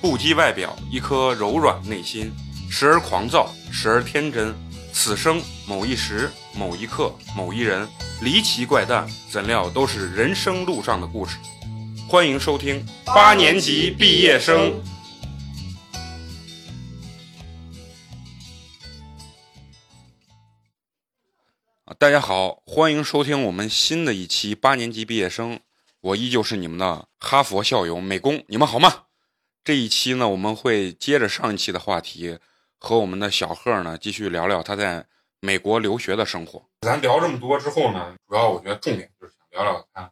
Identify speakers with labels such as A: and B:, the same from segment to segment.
A: 不羁外表，一颗柔软内心，时而狂躁，时而天真。此生某一时、某一刻、某一人，离奇怪诞，怎料都是人生路上的故事。欢迎收听八年级毕业生。啊大家好，欢迎收听我们新的一期八年级毕业生。我依旧是你们的哈佛校友美工，你们好吗？这一期呢，我们会接着上一期的话题，和我们的小贺呢继续聊聊他在美国留学的生活。咱聊这么多之后呢，主要我觉得重点就是想聊聊他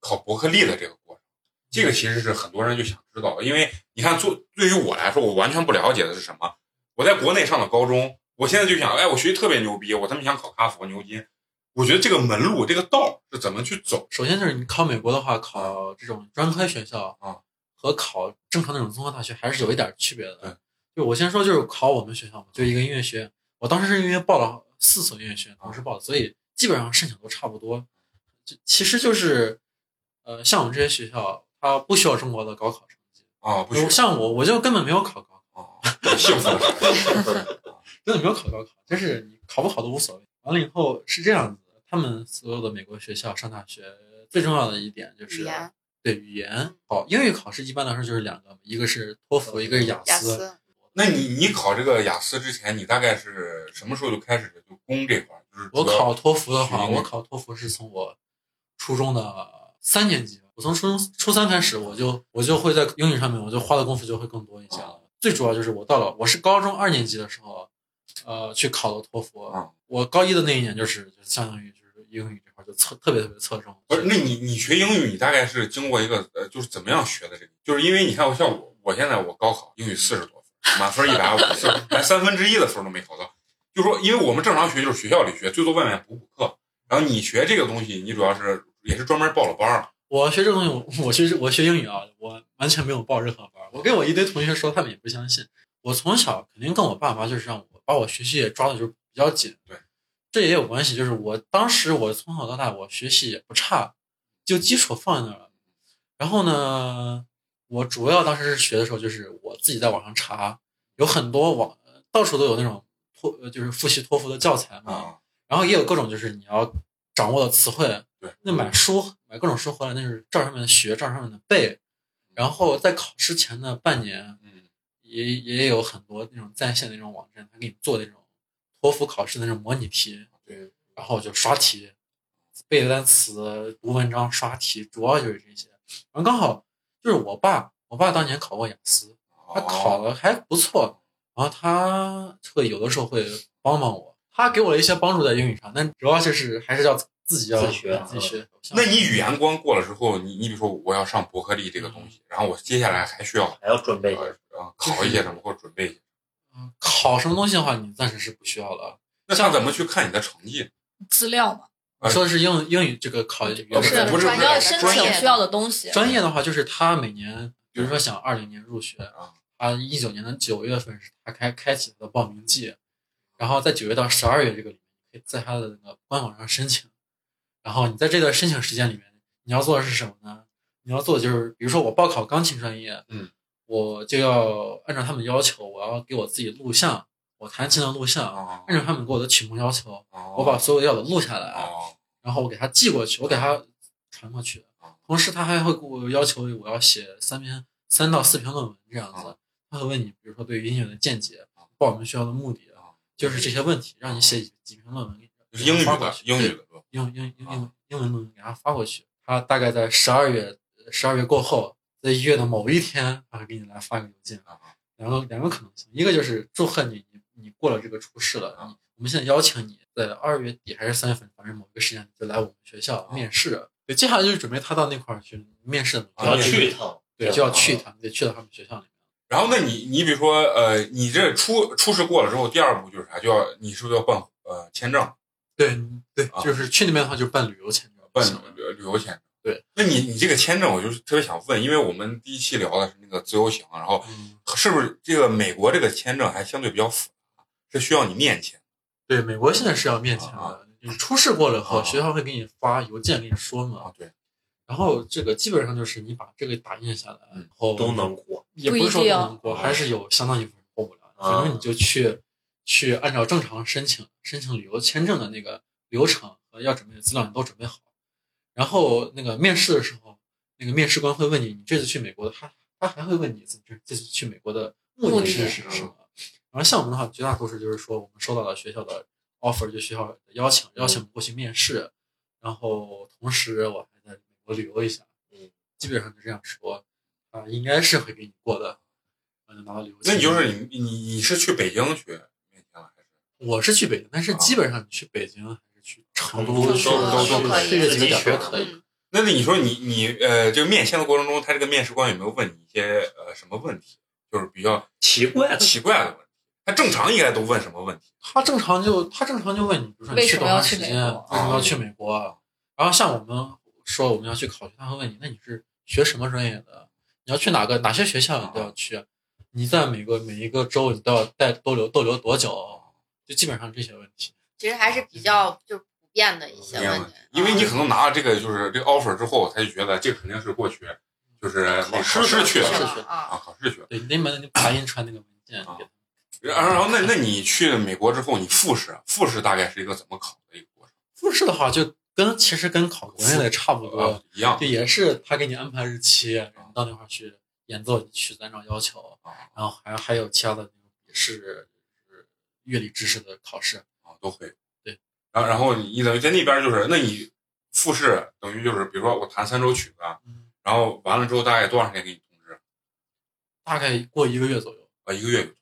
A: 考伯克利的这个过程。这个其实是很多人就想知道的，因为你看，做对于我来说，我完全不了解的是什么。我在国内上的高中，我现在就想，哎，我学习特别牛逼，我他妈想考哈佛牛津。我觉得这个门路，这个道是怎么去走？
B: 首先就是你考美国的话，考这种专科学校
A: 啊，
B: 和考正常那种综合大学还是有一点区别的。
A: 对，
B: 就我先说，就是考我们学校嘛，就一个音乐学院，我当时是因为报了四所音乐学院同时报的，所以基本上申请都差不多。就其实就是，呃，像我们这些学校，它不需要中国的高考成绩。
A: 啊，不
B: 我
A: 学
B: 像我，我就根本没有考高考，
A: 啊， 幸福了。
B: 真的没有考高考，就是你考不考都无所谓。完了以后是这样子的，他们所有的美国学校上大学最重要的一点就是
C: 语言、
B: 对语言考英语考试一般来说就是两个，一个是托福，一个是雅
C: 雅
B: 思。
C: 思，
A: 那你你考这个雅思之前，你大概是什么时候就开始就攻这块儿？就是主
B: 我
A: 要
B: 考托福的
A: 学
B: 话，
A: 英语
B: 我考托福是从我初中的三年级，我从初中初三开始，我就我就会在英语上面，我就花的功夫就会更多一些
A: 哦
B: 了。最主要就是我到了我是高中二年级的时候，呃，去考的托福。
A: 嗯
B: 我高一的那一年就是就相当于就是英语这块就侧特别特别侧重。
A: 不是，那你你学英语，你大概是经过一个呃，就是怎么样学的这个？就是因为你看，我像我，我现在我高考英语四十多分，满分一百五十，连三分之一的分都没考到。就说，因为我们正常学就是学校里学，最多外面补补课。然后你学这个东西，你主要是也是专门报了班儿
B: 我学这个东西，我我 学我学英语啊，我完全没有报任何班儿。我跟我一堆同学说，他们也不相信。我从小肯定跟我爸妈就是让我把我学习也抓的就是比较紧。
A: 对，
B: 这也有关系，就是我当时我从小到大我学习也不差，就基础放在那儿了。然后呢，我主要当时是学的时候，就是我自己在网上查，有很多网到处都有那种托呃就是复习托福的教材嘛。
A: 啊。
B: 然后也有各种就是你要掌握的词汇，
A: 对，
B: 那买书买各种书回来，那是照上面的学，照上面的背，然后在考试前的半年
A: 嗯
B: 也也有很多那种在线的那种网站，他给你做那种托福考试的那种模拟题，
A: 对，
B: 然后就刷题，背单词、读文章、刷题，主要就是这些。然后刚好就是我爸，我爸当年考过雅思，他
A: 哦
B: 考
D: 哦
B: 的还不错，然后他会有的时候会帮帮我，他给我了一些帮助在英语上，但主要就是还是要自己要啊
D: 自学嗯
B: 自己学。
A: 那你语言关过了之后，你你比如说我要上伯克利这个东西，然后我接下来还需要
D: 还要准备一下。
A: 呃啊考一些什么或者准备一些，
B: 嗯考什么东西的话，你暂时是不需要的。
A: 那他怎么去看你的成绩？
E: 资料嘛，
A: 哎
B: 你说的是英英语这个考语言
A: 不是不是
E: 你要申
A: 专业
E: 请
A: 的
E: 需要的东西。
B: 专业的话，就是他每年，比如
A: 对
B: 说想二零年入学
A: 啊，
B: 他一九年的九月份是他开开启他的报名季，然后在九月到十二月这个里面，可以在他的那个官网上申请。然后你在这段申请时间里面，你要做的是什么呢？你要做的就是，比如说我报考钢琴专业，
A: 嗯，
B: 我就要按照他们要求，我要给我自己录像，我弹琴的录像，
A: 啊
B: 按照他们给我的曲目要求，
A: 我
B: 嗯我把所有的要的录下来，
A: 哦
B: 然后我给他寄过去，我给他传过去
A: 啊。
B: 同时，他还会给我要求我要写三篇三到四篇论文这样
A: 啊
B: 子。他会问你，比如说对于音乐的见解，报我们学校的目的
A: 啊，
B: 就是这些问题，让你写几几篇论文给
A: 就是英语
B: 嗯发过
A: 的
B: 去，
A: 英语的嗯是吧
B: 英英英
A: 啊
B: 英英文论文给他发过去。他大概在十二月十二月过后，在一月的某一天，他会给你来发个邮件。
A: 啊
B: 两个两个可能性，一个就是祝贺你你你过了这个初试了，
A: 啊
B: 你我们现在邀请你在二月底还是三月份，反正某一个时间就来我们学校
A: 啊
B: 面试。对，接下来就是准备他到那块儿去面试的，
A: 啊
D: 要
A: 你也
D: 去一趟，
B: 对，就要去
A: 啊
B: 一趟，得去到他们学校里面。
A: 然后那你你比如说呃，你这初初试过了之后，第二步就是啥？就要你是不是要办呃签证，
B: 对对
A: 啊，
B: 就是去那边的话就办旅游签证，
A: 办
B: 行了
A: 旅旅游签证？
B: 对，
A: 那你你这个签证，我就是特别想问，因为我们第一期聊的是那个自由行，啊然后
B: 嗯，
A: 是不是这个美国这个签证还相对比较复杂，是需要你面签？
B: 对，美国现在是要面签的，你初试过了以后，
A: 啊
B: 学校会给你发邮件跟你说嘛。
A: 啊，对，
B: 然后这个基本上就是你把这个打印下来，
A: 嗯
B: 然后
D: 都能过。
B: 也
C: 不
B: 不
C: 一
B: 是说不啊
C: 定
B: 能过，还是有相当一部分过不了。反正你就去去按照正常申请申请旅游签证的那个流程和要准备的资料，你都准备好。然后那个面试的时候，那个面试官会问你，你这次去美国的，他他还会问你，这这次去美国的目的啊是
A: 目的
B: 什么？然后像我们的话，绝大多数就是说，我们收到了学校的 offer，就学校的邀请，邀请我们过去面试，然后同时我还在美国旅游一下，
D: 嗯，
B: 基本上就这样说，啊、应该是会给你过的，然后就拿到旅游签
A: 那
B: 证。
A: 你就是你你你是去北京去面签了还是？
B: 我是去北京，但是基本上你去北京还是去成嗯都、
A: 都
B: 去
A: 都都可以
B: 去这几
D: 自
B: 个
D: 己
B: 点
D: 选
B: 都可以。
C: 嗯，
A: 那那你说你你呃，这个面签的过程中，他这个面试官有没有问你一些呃什么问题？就是比较
D: 奇 怪的，
A: 奇怪的问题。他正常应该都问什么问题？
B: 他正常就他正常就问你，比如说你去多长时间，啊
C: 为什么要去
A: 国
B: 为什么要去
C: 美
B: 美国？啊然后像我们说我们要去考学，他会问你，那你是学什么专业的？你要去哪个哪些学校？你都要去。啊你在美国每一个州你都要待逗留逗留多久？就基本上这些问题。
C: 其实还是比较就普遍的一些
A: 没有
C: 问
A: 问
C: 题，
A: 因
B: 啊
A: 为你可能拿了这个就是这个 offer 之后，他就觉得这肯定是过去就是那
B: 嗯
A: 考
B: 考试的
A: 试去
E: 嗯
B: 考试
A: 了
B: 的
A: 啊，
C: 啊，
A: 考试去了。
B: 对，你得把那打印出来那个文件
A: 啊
B: 给他。
A: 然后然后那那你去美国之后，你复试啊复试大概是一个怎么考的一个过程？
B: 复试的话，就跟其实跟考国内的差不多
A: 啊，，一样
B: 就也是他给你安排日期，然后到那块儿去演奏你曲子，按照要求，
A: 啊
B: 然后还还有其他的那种笔试，就是乐理知识的考试。
A: 啊都会。
B: 对，
A: 然后然后你等于在那边就是，那你复试等于就是，比如说我弹三首曲子，啊
B: 嗯，
A: 然后完了之后大概多长时间给你通知？
B: 大概过一个月左右，
A: 啊，一个月。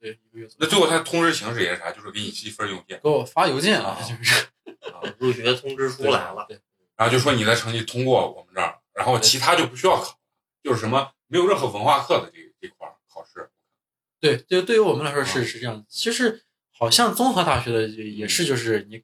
B: 对，一个月左右。
A: 那最后他通知形式也是啥？就是给你积分用电，
B: 给我发邮件
A: 啊
B: 就是
A: 啊
D: 入学通知书来了，
B: 对，
A: 然后就说你的成绩通过我们这儿了，然后其他就不需要考，就是什么没有任何文化课的这这块儿考试。
B: 对，就对于我们来说
A: 啊
B: 是是这样。其实好像综合大学的也
A: 嗯
B: 也是，就是你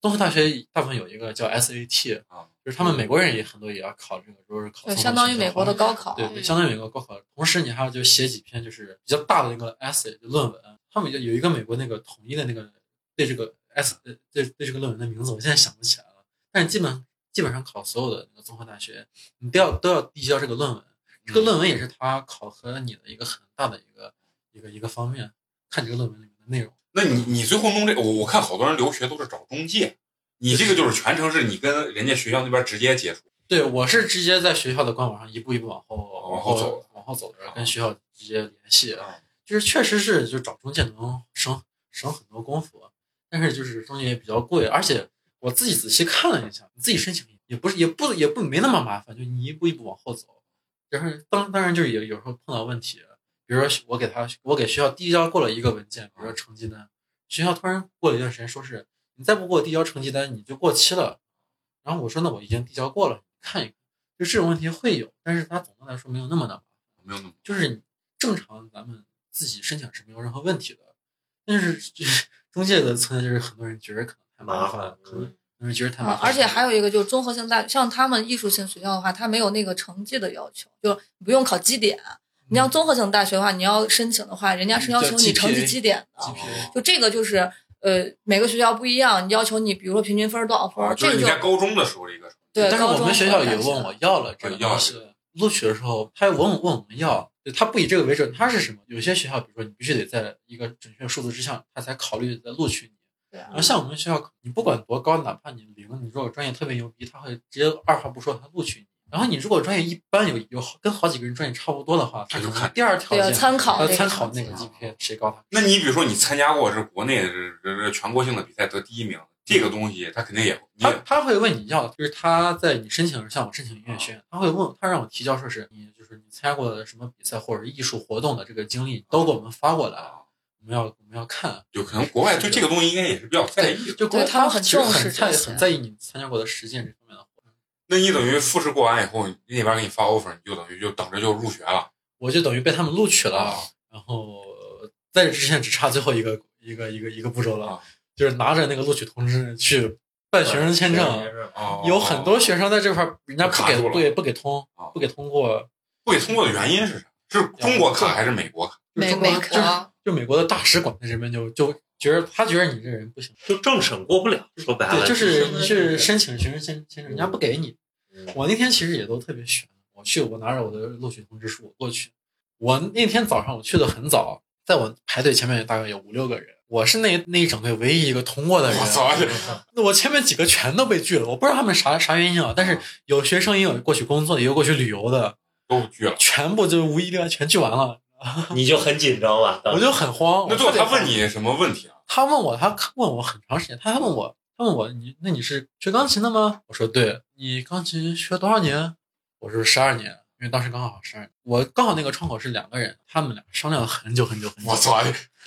B: 综合大学大部分有一个叫 SAT，
A: 啊
B: 就是他们美国人也很多也要考这个，如果是考
C: 就
B: 综合
C: 相当于
B: 学校啊
C: 美国的高考，
B: 对
C: 嗯
B: 对，相当于美国高考。同时，你还要就写几篇就是比较大的那个 essay 就论文。他们有有一个美国那个统一的那个对这个 s 呃对对这个论文的名字，我现在想不起来了。但是基本基本上考所有的那个综合大学，你都要都要递交这个论文。这个论文也是他考核你的一个很大的一个一个一个方面，看这个论文里面的内容。
A: 那你你最后弄这，我我看好多人留学都是找中介，你这个就是全程是你跟人家学校那边直接接触。
B: 对我是直接在学校的官网上一步一步往后
A: 往
B: 往
A: 后走
B: 往后走的，然后跟学校直接联系。
A: 啊
B: 就是确实是就找中介能省省很多功夫，但是就是中介也比较贵，而且我自己仔细看了一下，你自己申请也不是也不也不没那么麻烦，就你一步一步往后走。然后当当然就是有有时候碰到问题，比如说我给他我给学校递交过了一个文件，比如说成绩单，学校突然过了一段时间说是你再不给我递交成绩单你就过期了。然后我说那我已经递交过了，你看一看。就这种问题会有，但是它总的来说没有那么难。
A: 没有那么
B: 就是你正常咱们自己申请是没有任何问题的，但是就是中介的存在就是很多人觉得可能太麻烦，了，可能
D: 嗯
B: 很多人觉得太麻
C: 啊
B: 烦，了，
C: 而且还有一个就是综合性大，像他们艺术性学校的话，它没有那个成绩的要求，就不用考绩点。
B: 嗯
C: 你像综合性大学的话，你要申请的话，人家是要求你成绩绩点的。
B: GPA
C: 就这个就是呃，每个学校不一样，你要求你比如说平均分儿多少分
A: 啊，
C: 儿，
B: 哦
A: 就
C: 哦这
A: 是你
C: 个就
A: 在高中的时候的一个成绩
C: 对
B: 但是我
C: 高中
B: 们学校
C: 和大
B: 也
C: 学
B: 问我要了这个
A: 哦要了
B: 东西，录取的时候他问我问我们要，对他不以这个为准，他是什么？有些学校比如说你必须得在一个准确数字之上，他才考虑再录取你。
C: 对啊
B: 然后像我们学校，你不管多高，哪怕你零，你如果专业特别牛逼，他会直接二话不说他录取你。然后你如果专业一般有有好跟好几个人专业差不多的话，他
A: 这
B: 可
A: 就
B: 能
A: 看
B: 第二条
C: 对啊
B: 件
C: 参考
B: 他
C: 这个
B: 参考
C: 成
B: 那
C: 绩
B: 个 GPA 谁高他。
A: 那你比如说你参加过这国内的这这这全国性的比赛得第一名，这
B: 嗯
A: 个东西他肯定也你
B: 他
A: 也
B: 他会问你要，就是他在你申请，像我申请音乐学院，他会问，他让我提交说是你就是你参加过什么比赛或者是艺术活动的这个经历都给我们发过来，我们要我们要看。
A: 啊就可能国外对这个东西应该也是比较在意的。
B: 就国
C: 对他们很
B: 其实
C: 重视
B: 很在
C: 这些
B: 很在意你参加过的实践这方面的活动。
A: 那你等于复试过完以后，那边给你发 offer，你就等于就等着就入学了。
B: 我就等于被他们录取了，啊然后在这之前只差最后一个一个一个一个步骤了，
A: 啊
B: 就是拿着那个录取通知去办学生签证。啊
A: 哦
B: 有很多学生在这块儿，人家不
A: 卡
B: 给
A: 住了
B: 不给不给通
A: 啊，
B: 不给通过，
A: 不给通过的原因是啥？是中国卡还是美国卡？
B: 就是
C: 美
B: 中国
C: 美
B: 就是
C: 国
B: 就美国的大使馆在这边就就觉得他觉得你这人不行，
D: 就政审过不了，说白了
B: 对，就是你
D: 是
B: 是申请学生签签证，人家不给你。我那天其实也都特别悬，我去我拿着我的录取通知书我过去，我那天早上我去的很早，在我排队前面有大概有五六个人，我是那那一整队唯一一个通过的人。
A: 我操
B: 那我前面几个全都被拒了，我不知道他们啥啥原因啊。但是有学生，也有过去工作，也有过去旅游的，
A: 都拒了。
B: 全部就是无一例外全拒完了。
D: 你就很紧张吧？
B: 我就很慌。
A: 那最后他问
B: 你，
A: 你什么问题啊？
B: 他问我，他问我很长时间，他还问我，他问我你那你是学钢琴的吗？我说对。你钢琴学多少年？我说十二年，因为当时刚好十二年。我刚好那个窗口是两个人，他们俩商量了很久很久很久。
A: 我操！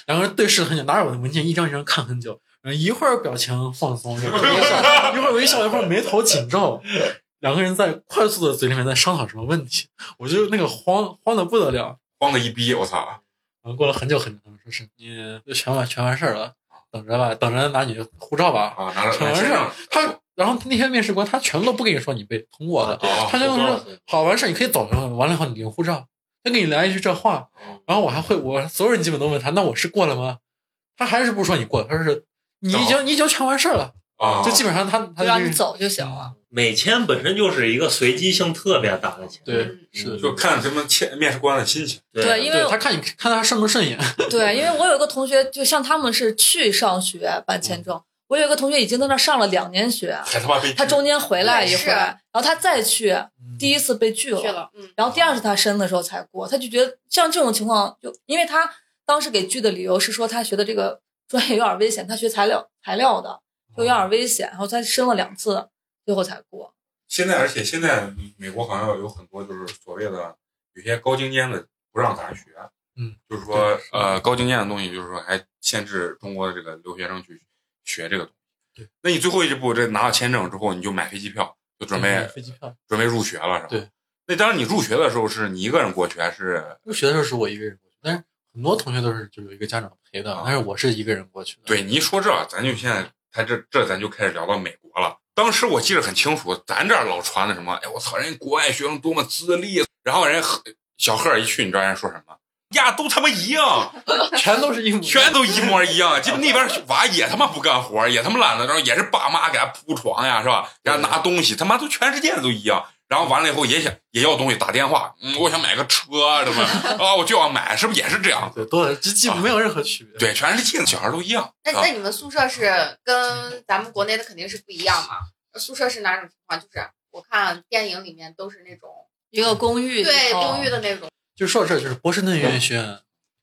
B: 两个人对视了很久，拿着我的文件一张一张看很久，然后一会儿表情放松，一会儿微笑，一会儿微笑，一会儿眉头紧皱。两个人在快速的嘴里面在商讨什么问题，我就那个慌慌的不得了。
A: 慌的一逼，我操！啊
B: 然后呃过了很久很久，他们说是你就全完全完事儿了，等着吧，等着拿你护照吧，
A: 啊，拿着
B: 全完
A: 拿
B: 事
A: 身
B: 儿
A: 上
B: 了。他然后那些面试官他全都不跟你说你被通过了，
D: 对
A: 啊
B: 他就跟我
D: 我
B: 说
D: 告诉你
B: 好完事儿你可以走了，完了以后你领护照。他给你来一句这话，
A: 哦
B: 然后我还会，我所有人基本都问他，那我是过了吗？他还是不说你过了，他说是你已
A: 哦
B: 经你已经全完事儿了，
A: 啊，
B: 就基本上他他
C: 就让你走就啊行了。
B: 了。
D: 美签本身就是一个随机性特别大的签，
B: 对，
C: 嗯
B: 是的
A: 就看什么面面试官的心情。
C: 对因为
B: 对他看你看他顺不顺眼，
C: 对，因为我有一个同学，就像他们是去上学办
B: 嗯
C: 签证，我有一个同学已经在那儿上了两年学，啊
A: 还他妈被
C: 他中间回来一
E: 我也是
C: 回，然后他再去，第
B: 一
C: 一次被拒了，
E: 去了，嗯，
C: 然后第二次他申的时候才过，他就觉得像这种情况，就因为他当时给拒的理由是说他学的这个专业有点危险，他学材料材料的就有
B: 哦
C: 点危险，然后他申了两次，最后才过。
A: 现在，而且现在美国好像有很多就是所谓的有些高精尖的不让咱学，
B: 嗯，
A: 就是说
B: 对是
A: 呃高精尖的东西，就是说还限制中国的这个留学生去学这个东西。
B: 对，
A: 那你最后一步这拿到签证之后，你就买飞机票，就准备
B: 飞机票
A: 准备入学了，是吧？
B: 对。
A: 那当然，你入学的时候是你一个人过去还是？
B: 入学的时候是我一个人过去，但是很多同学都是就有一个家长陪的
A: 啊，
B: 但是我是一个人过去的。
A: 对，你一说这，咱就现在，他这这咱就开始聊到美国了。当时我记得很清楚，咱这儿老传的什么，哎，我操，人家国外学生多么自立，然后人家呵小贺一去，你知道人家说什么？呀，都他妈一样，
B: 全都是一模一样
A: 全都一模一样。就那边娃也他妈不干活，也他妈懒得，然后也是爸妈给他铺床呀，是吧？给他拿东西，他妈都全世界都一样。然后完了以后也想也要东西，打电话，嗯，我想买个车，什么啊，我就要买，是不是也是这样？
B: 对，多的这基本没有任何区别。
A: 啊对，全世界的小孩都一样。
E: 那
A: 啊
E: 那你们宿舍是跟咱们国内的肯定是不一样嘛？宿舍是哪种情况？就是我看电影里面都是那种
C: 一个公寓里头，
E: 对公
B: 哦
E: 寓的那种，
B: 就说到这儿，就是波士顿音乐学院，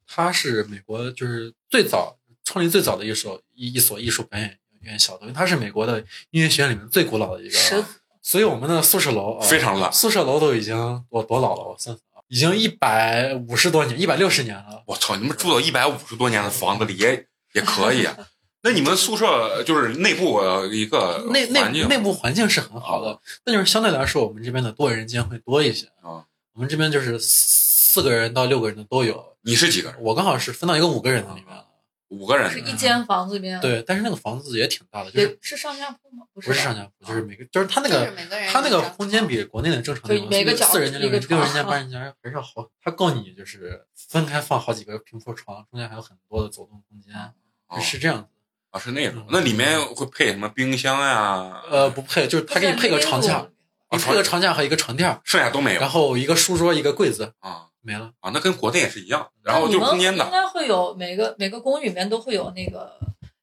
B: 它是美国就是最早创立最早的一所一一所艺术表演院校，等于它是美国的音乐学院里面最古老的一个。
C: 十
B: 所以我们的宿舍楼啊，
A: 非常烂
B: 宿舍楼都已经多多老了，我算算啊，已经一百五十多年，一百六十年了。
A: 我操，你们住到一百五十多年的房子里也也可以啊。那你们宿舍就是内部呃一个
B: 内
A: 环
B: 内
A: 境啊
B: 内部环境是很好的，但就是相对来说，我们这边的多人间会多一些
A: 啊。
B: 我们这边就是四个人到六个人的都有，
A: 你是几个人？
B: 我刚好是分到一个五个人的里面
A: 啊
B: 了。
A: 五个
C: 是
A: 人。
C: 一间房子里面，，
B: 对，但是那个房子也挺大的，就是
C: 也是上下铺吗？不
B: 不是
C: 吧
B: 上下铺，
A: 啊
B: 就是每个就是它那
E: 就是
B: 个
E: 每个人
B: 它那个空间比国内的正常那
C: 就
B: 种
C: 每个角
B: 四人间、
C: 一
B: 六
C: 个
B: 人间、六人间、
C: 床
B: 八人间还是要好，它够你就是分开放好几个平铺床，中间还有很多的走动空间，
A: 哦
B: 是这样子。
A: 啊，是那种
B: 嗯，
A: 那里面会配什么冰箱呀、
B: 呃，不配，就是它给你配个床架，，
A: 啊
B: 你配个床架和一个床垫儿，
A: 剩下都没有
B: 然后一个书桌、一个柜子，
A: 啊
B: 没了。
A: 啊，那跟国内也是一样。然后
C: 你
A: 就
C: 们
A: 空间
C: 应
A: 大，
C: 该会有每个每个公寓里面都会有那个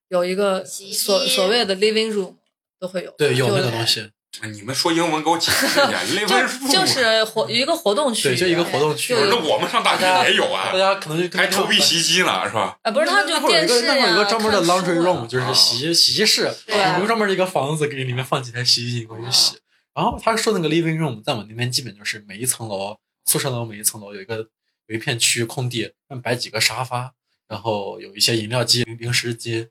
C: 有一个
E: 洗衣机
C: 所所谓的 living room 都会有，
B: 对，有
C: 就
B: 那个东西，
A: 哎你们说英文给我解释一下。 那边
C: 就就是活一个活动区域，
B: 嗯对，就一个活动区
C: 就。
A: 那我们上大学也有啊
B: 大，家可能就跟
A: 还投币洗衣机呢，是吧？
C: 啊，不是，它
B: 那
C: 就
B: 会儿有
C: 电
B: 一个
C: 视
B: 那会儿有一个
C: 啊
B: 专门的
C: 看书啊
B: laundry room，就
A: 啊
B: 是洗衣洗衣室，
E: 对
C: 啊
B: 有个专门的一个房子给里面放几台洗衣机供你洗。然后他说那个 living room，在我那边基本就是每一层楼宿舍楼每一层楼有一个有一片区域空地，上面摆几个沙发，然后有一些饮料机、零食机，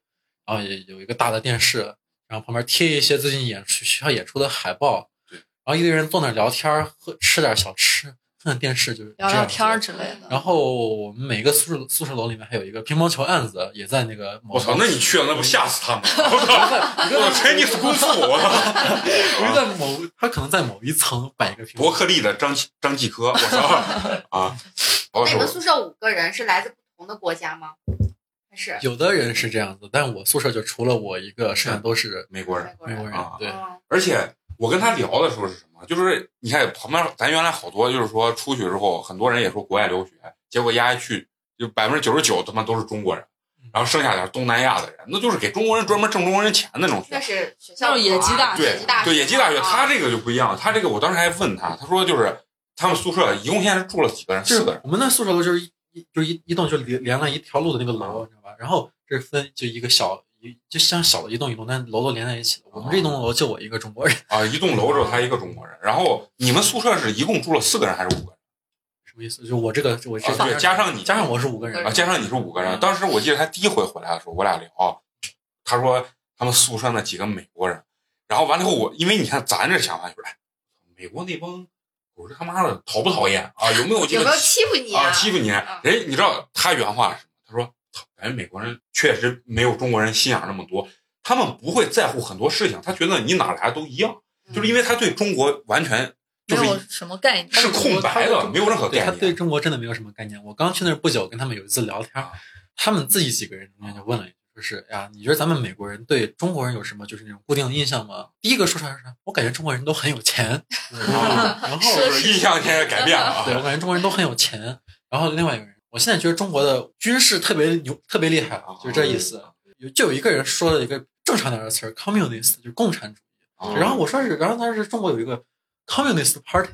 B: 然后也有一个大的电视，然后旁边贴一些最近演出学校演出的海报，
A: 对
B: 然后一堆人坐那儿聊天儿，喝吃点小吃，看看电视，就是
C: 聊
B: 这
C: 聊
B: 样子
C: 天儿之类的。
B: 然后我们每个宿舍宿舍楼里面还有一个乒乓球案子，也在那个某
A: 我操，那你去了那不吓死他们？我操， 我啊 Chinese school，我操，
B: 我就在某他可能在某一层摆一个乒
A: 伯
B: 乓球，
A: 克利的张继张继科，我操啊！保
E: 那你
A: 守
E: 们宿舍五个人是来自不同的国家吗？还是
B: 有的人是这样子，但我宿舍就除了我一个，剩下都是
A: 美国人
E: 美，国
B: 美国
E: 人？
A: 嗯
B: 人
A: 啊。
B: 对，
E: 嗯
A: 而且我跟他聊的时候是什么？就是你看旁边咱原来好多就是说出去之后，很多人也说国外留学，结果丫一去就百分之九十九他妈都是中国人，然后剩下点东南亚的人，那就是给中国人专门挣中国人钱的那种学
E: 那
A: 校。
E: 是学校
C: 那种野鸡大学
E: 野
A: 对
E: 鸡大
A: 对，野鸡大学，
E: 啊
A: 他这个就不一样。他这个我当时还问他，他说就是他们宿舍一共现在住了几个人？
B: 就是
A: 四个人。
B: 我们那宿舍楼就是一一就是一一栋就连连了一条路的那个
A: 嗯
B: 楼，你知道吧？然后这分就一个小一就像小的一栋一栋，但楼都连在一起的。我们
A: 哦
B: 这栋楼就我一个中国人，
A: 啊，一栋楼只有他一个中国人。然后你们宿舍是一共住了四个人还是五个
B: 什么意思？就我这个我这
A: 人？啊，对，加上你，
B: 加上我是五个人
A: 啊，，加上你是五个人。当时我记得他第一回回来的时候，我俩聊，啊他说他们宿舍那几个美国人，然后完了以后我，因为你看咱这想法就是，哎美国那帮狗日他妈的讨不讨厌啊？有没有这
E: 有
A: 个
E: 没有欺负你
A: 啊欺负你？
E: 啊
A: 人家你知道他原话是什么？他说，操感觉美国人确实没有中国人心眼儿那么多，他们不会在乎很多事情，他觉得你哪来都一样，
E: 嗯
A: 就是因为他对中国完全就
C: 没
A: 是
C: 有什么概念。
A: 是空白的，没有任何
B: 对
A: 概
B: 他对
A: 念。
B: 中国真的没有什么概念。我刚去那儿不久，跟他们有一次聊天
A: 啊，
B: 他们自己几个人中间就问了一句，就是哎呀，你觉得咱们美国人对中国人有什么就是那种固定的印象吗？第一个说出来是啥，我感觉中国人都很有钱，
A: 啊
B: 然后
C: 奢
A: 就是印象现在改变了啊
B: 对，我感觉中国人都很有钱。然后另外一个人，我现在觉得中国的军事特别牛，特别厉害啊，就是这意思。
A: 哦
B: 有就有一个人说了一个正常点的词儿，communist，就是共产主义。
E: 哦
A: 啊
B: 然后我说是，然后他是中国有一个 communist party，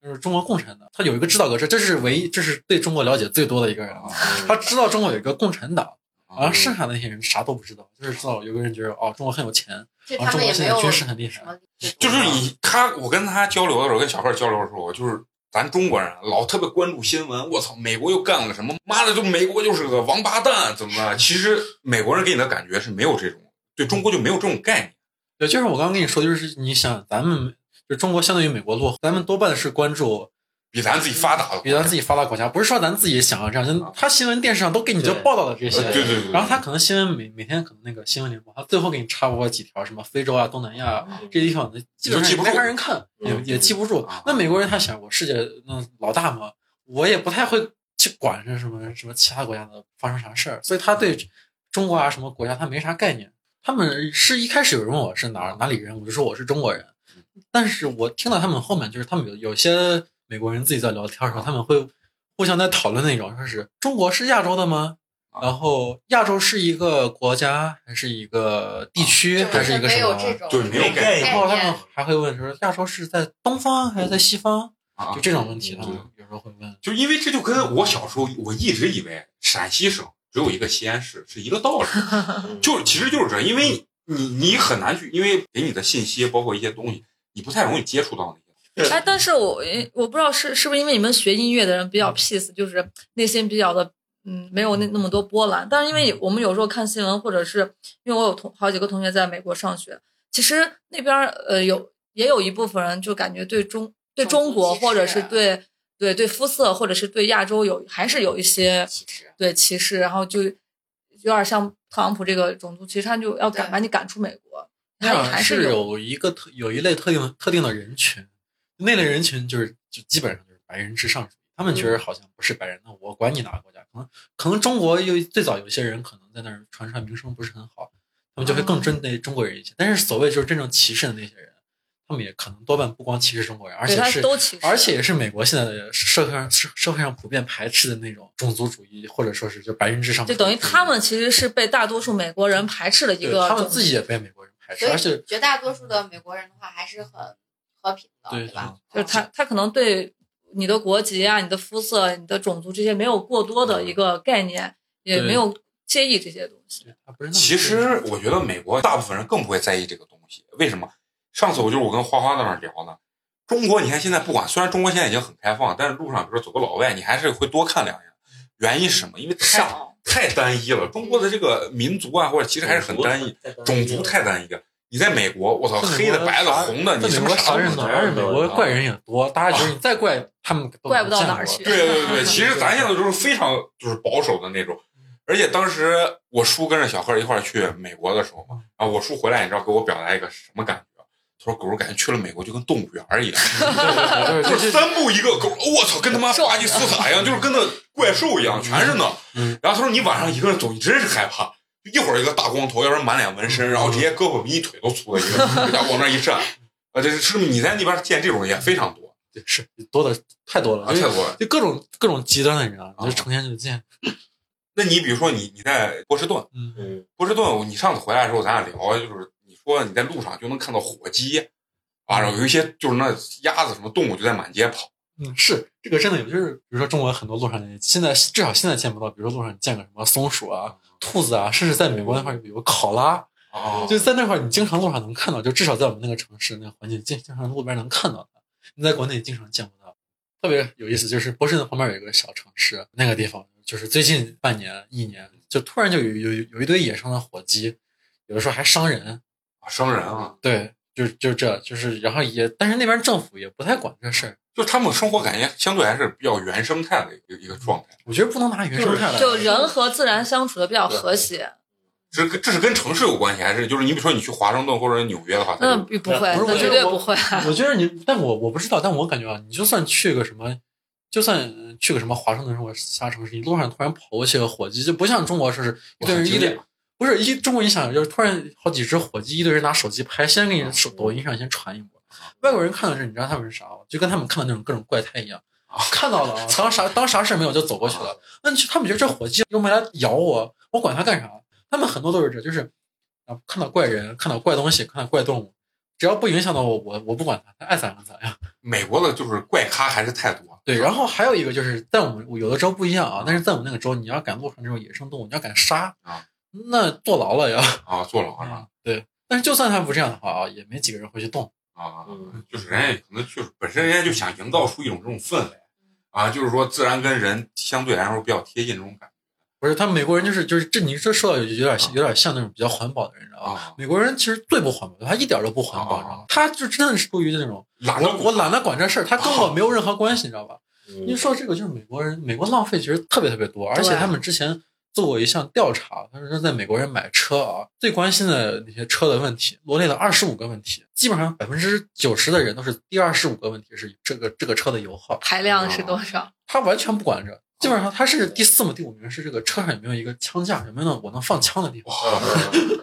B: 就是中国共产党，他有一个指导格式，这是唯一，这是对中国了解最多的一个人啊。
E: 嗯
B: 他啊知道中国有一个共产党，然后剩下那些人啥都不知道，就是知道有个人觉得哦，中国很有钱，
E: 这
B: 啊，
E: 他
B: 中
E: 们
B: 国
E: 也
B: 现
E: 没
B: 在
E: 有
B: 军事很厉害
E: 什。么，
A: 就是你他，我跟他交流的时候，跟小慧交流的时候，我就是咱中国人啊老特别关注新闻。我操，美国又干了个什么？妈的，就美国就是个王八蛋，怎么办？其实美国人给你的感觉是没有这种对中国就没有这种概念。
B: 对，就是我刚刚跟你说，就是你想咱们就中国相对于美国落后，咱们多半是关注
A: 比咱自己发达的，
B: 比咱自己发达国家，不是说咱自己想要这样，
E: 啊
B: 就他新闻电视上都给你就
D: 对
B: 报道了这些。
A: 呃对对对对
B: 然后他可能新闻每每天可能那个新闻联播，他最后给你插播几条什么非洲啊、东南亚
C: 嗯
B: 啊这些地方的，基本上
A: 记
B: 也
A: 不
B: 没
A: 住
B: 啥人看，也
A: 嗯
B: 也记不住
A: 啊。
B: 那美国人他想，我世界那老大嘛，我也不太会去管是什么什么其他国家的发生啥事儿，所以他对中国啊什么国家他没啥概念。他们是一开始有人问我是哪儿哪里人，我就说我是中国人，但是我听到他们后面就是他们有有些美国人自己在聊天的时候，他们会互相在讨论那种，说是中国是亚洲的吗？然后亚洲是一个国家还是一个地区
E: 就
B: 还
E: 完
B: 是一
E: 全
B: 个
E: 没
B: 什
E: 有这
B: 么？
E: 种
A: 对没有概
D: 概
A: 念
B: 然后他
E: 概
B: 们
E: 念
B: 还会问说亚洲是在东方还是在西方？
A: 啊
B: 就这种问题，
A: 嗯
B: 他们
A: 对
E: 啊
B: 有时候会问。
A: 就因为这就跟我小时候我一直以为陕西省只有一个西安市是一个 道理。
D: 嗯
A: 就是其实就是这样，因为你你很难去，因为给你的信息包括一些东西，你不太容易接触到那些。
C: 哎，但是我我不知道是是不是因为你们学音乐的人比较 peace，就是内心比较的嗯没有那那么多波澜。但是因为我们有时候看新闻，或者是因为我有同好几个同学在美国上学，其实那边儿呃有也有一部分人就感觉对中对中国
E: 种族歧视
C: 或者是对对对肤色或者是对亚洲有还是有一些
E: 其实
C: 对歧视，然后就有点像特朗普这个种族歧视，他就要赶
E: 对
C: 把你赶出美国，
B: 那
C: 还
B: 样
C: 还
B: 是
C: 有
B: 有一个特有一类特定特定的人群，那类人群就是就基本上就是白人至上主义，他们觉
C: 嗯
B: 得好像不是白人，那我管你哪个国家，可能可能中国有最早有些人可能在那儿传出来名声不是很好，他们就会
C: 哦
B: 更针对中国人一些。但是所谓就是真正歧视的那些人，他们也可能多半不光歧视中国人，而
C: 对
B: 且
C: 他
B: 是
C: 都歧视，
B: 而且也是美国现在的社会上社社会上普遍排斥的那种种族主义，或者说是就白人至上主
C: 就
B: 义，
C: 等于他们其实是被大多数美国人排斥的一
B: 对
C: 个
B: 他们
C: 种
B: 自己也被美国人排斥，
E: 所
B: 而且
E: 以绝大多数的美国人的话还是很和平
C: 哦
E: 的，
B: 对
E: 吧？
C: 族就是他他可能对你的国籍啊、你的肤色、你的种族这些没有过多的一个概念，也
B: 对
C: 没有介意这些东西。
B: 对啊他不是那么
A: 其实我觉得美国大部分人更不会在意这个东西，为什么？上次我就是我跟花花那边聊呢，中国你看现在不管，虽然中国现在已经很开放，但是路上比如说走个老外，你还是会多看两眼。原因是什么？因为太
E: 少，
A: 太单一了，中国的这个民族啊，或者其实还是很单一，，种族太单一了。你在美国，我操，
B: 在美国
A: 黑的、白的、
B: 啥
A: 红的，你
B: 在
A: 什么
B: 美国
A: 啥
B: 啥
A: 都
B: 人
A: 能见过
B: 都有，而且美国怪人也多，大家觉
A: 啊
B: 得你再怪他们都
C: 怪不到
B: 见
C: 哪
B: 过
C: 儿 去
A: 对对对，其实咱现在都是非常就是保守的那种。而且当时我叔跟着小贺一块儿去美国的时候嘛，
B: 嗯
A: 然后我叔回来，你知道给我表达一个什么感觉？他说：“狗儿感觉去了美国就跟动物园儿一样，
B: 对
A: 就
B: 对
A: 是
B: 对
A: 三步一个狗，我操，跟他妈巴基斯坦一样，就是跟那怪兽一样，全是那。
B: 嗯
A: 然后他说你晚上一个人走，你真是害怕。
B: 嗯
A: 一会儿一个大光头，要不然满脸纹身，然后直接胳膊比你腿都粗的一个，就往那一站。啊，这是是不是你在那边见这种人也非常多
B: 对，是多的太多了，
A: 啊？
B: 就
A: 太
B: 是
A: 多了。
B: 就各种各种极端的人啊，你就成天就见，
A: 那你比如说你你在波士顿，
B: 嗯，
D: 嗯，
A: 波士顿，你上次回来的时候咱俩聊，就是你说你在路上就能看到火鸡啊，然后有一些就是那鸭子什么动物就在满街跑。
B: 嗯，是这个真的有，就是比如说中国很多路上的，现在至少现在见不到，比如说路上你见个什么松鼠啊、兔子啊，甚至在美国那块儿有考拉，
A: 哦
B: 就在那块儿你经常路上能看到，就至少在我们那个城市那个环境，经经常路边能看到它。你在国内经常见不到。特别有意思，就是波士顿旁边有一个小城市，那个地方就是最近半年、一年，就突然就有有有一堆野生的火鸡，有的时候还伤人，
A: 啊生人啊，
B: 对，就就这就是，然后也，但是那边政府也不太管这事儿，
A: 就他们生活感觉相对还是比较原生态的一个一个状态。
B: 我觉得不能拿原生态来。
C: 就人和自然相处的比较和谐。
A: 这是跟这是跟城市有关系，还是就是你比如说你去华盛顿或者纽约的话，它
C: 那
A: 就
C: 不不会，
B: 不是
C: 那
B: 我
C: 绝对不会。
B: 我觉得你，但我我不知道，但我感觉啊，你就算去个什么，就算呃去个什么华盛顿或者其他城市，你路上突然跑过去个火鸡，就不像中国似的，一堆人一脸，不是一中国你想就是突然好几只火鸡，一堆人拿手机拍，先给你手抖音上先传一波。外国人看到这，你知道他们是啥吗？就跟他们看到那种各种怪胎一样，看到 了啊，啊当啥当啥事没有就走过去了。那你他们觉得这火鸡又没来咬我，我管它干啥？他们很多都是这，就是啊，看到怪人，看到怪东西，看到怪动物，只要不影响到我，我我不管它，它爱咋样咋样。
A: 美国的就是怪咖还是太多。
B: 对，然后还有一个就是在我们我有的州不一样啊啊，但是在我们那个州，你要敢路上这种野生动物，你要敢杀
A: 啊，
B: 那坐牢了要。
A: 啊，坐牢是吧？
B: 啊， 对。但是就算他不这样的话啊，也没几个人会去动。
A: 啊，
D: 嗯
A: 就是人家可能就是本身人家就想营造出一种这种氛围啊，就是说自然跟人相对来说比较贴近这种感
B: 不是，他们美国人就是就是这，你这说到有有点像有点像那种比较环保的人，你知
A: 觉
B: 道吧？
A: 啊，
B: 美国人其实最不环保的，他一点都不环保，你知道吗？他就真的是属于那种
A: 懒得
B: 我我懒得管这事儿，他跟我没有任何关系，你知道吧？
D: 嗯
B: 一说这个就是美国人，美国浪费其实特别特别多，而且他们之前做过一项调查，他说在美国人买车啊，最关心的那些车的问题，罗列了二十五个问题，基本上百分之九十的人都是第二十五个问题是这个这个车的油耗，
C: 排量
B: 啊
C: 是多少？
B: 他完全不管这，基本上
A: 哦
B: 他是第四名、第五名是这个车上有没有一个枪架，有没有那种我能放枪的地方。
D: 嗯
A: 哇，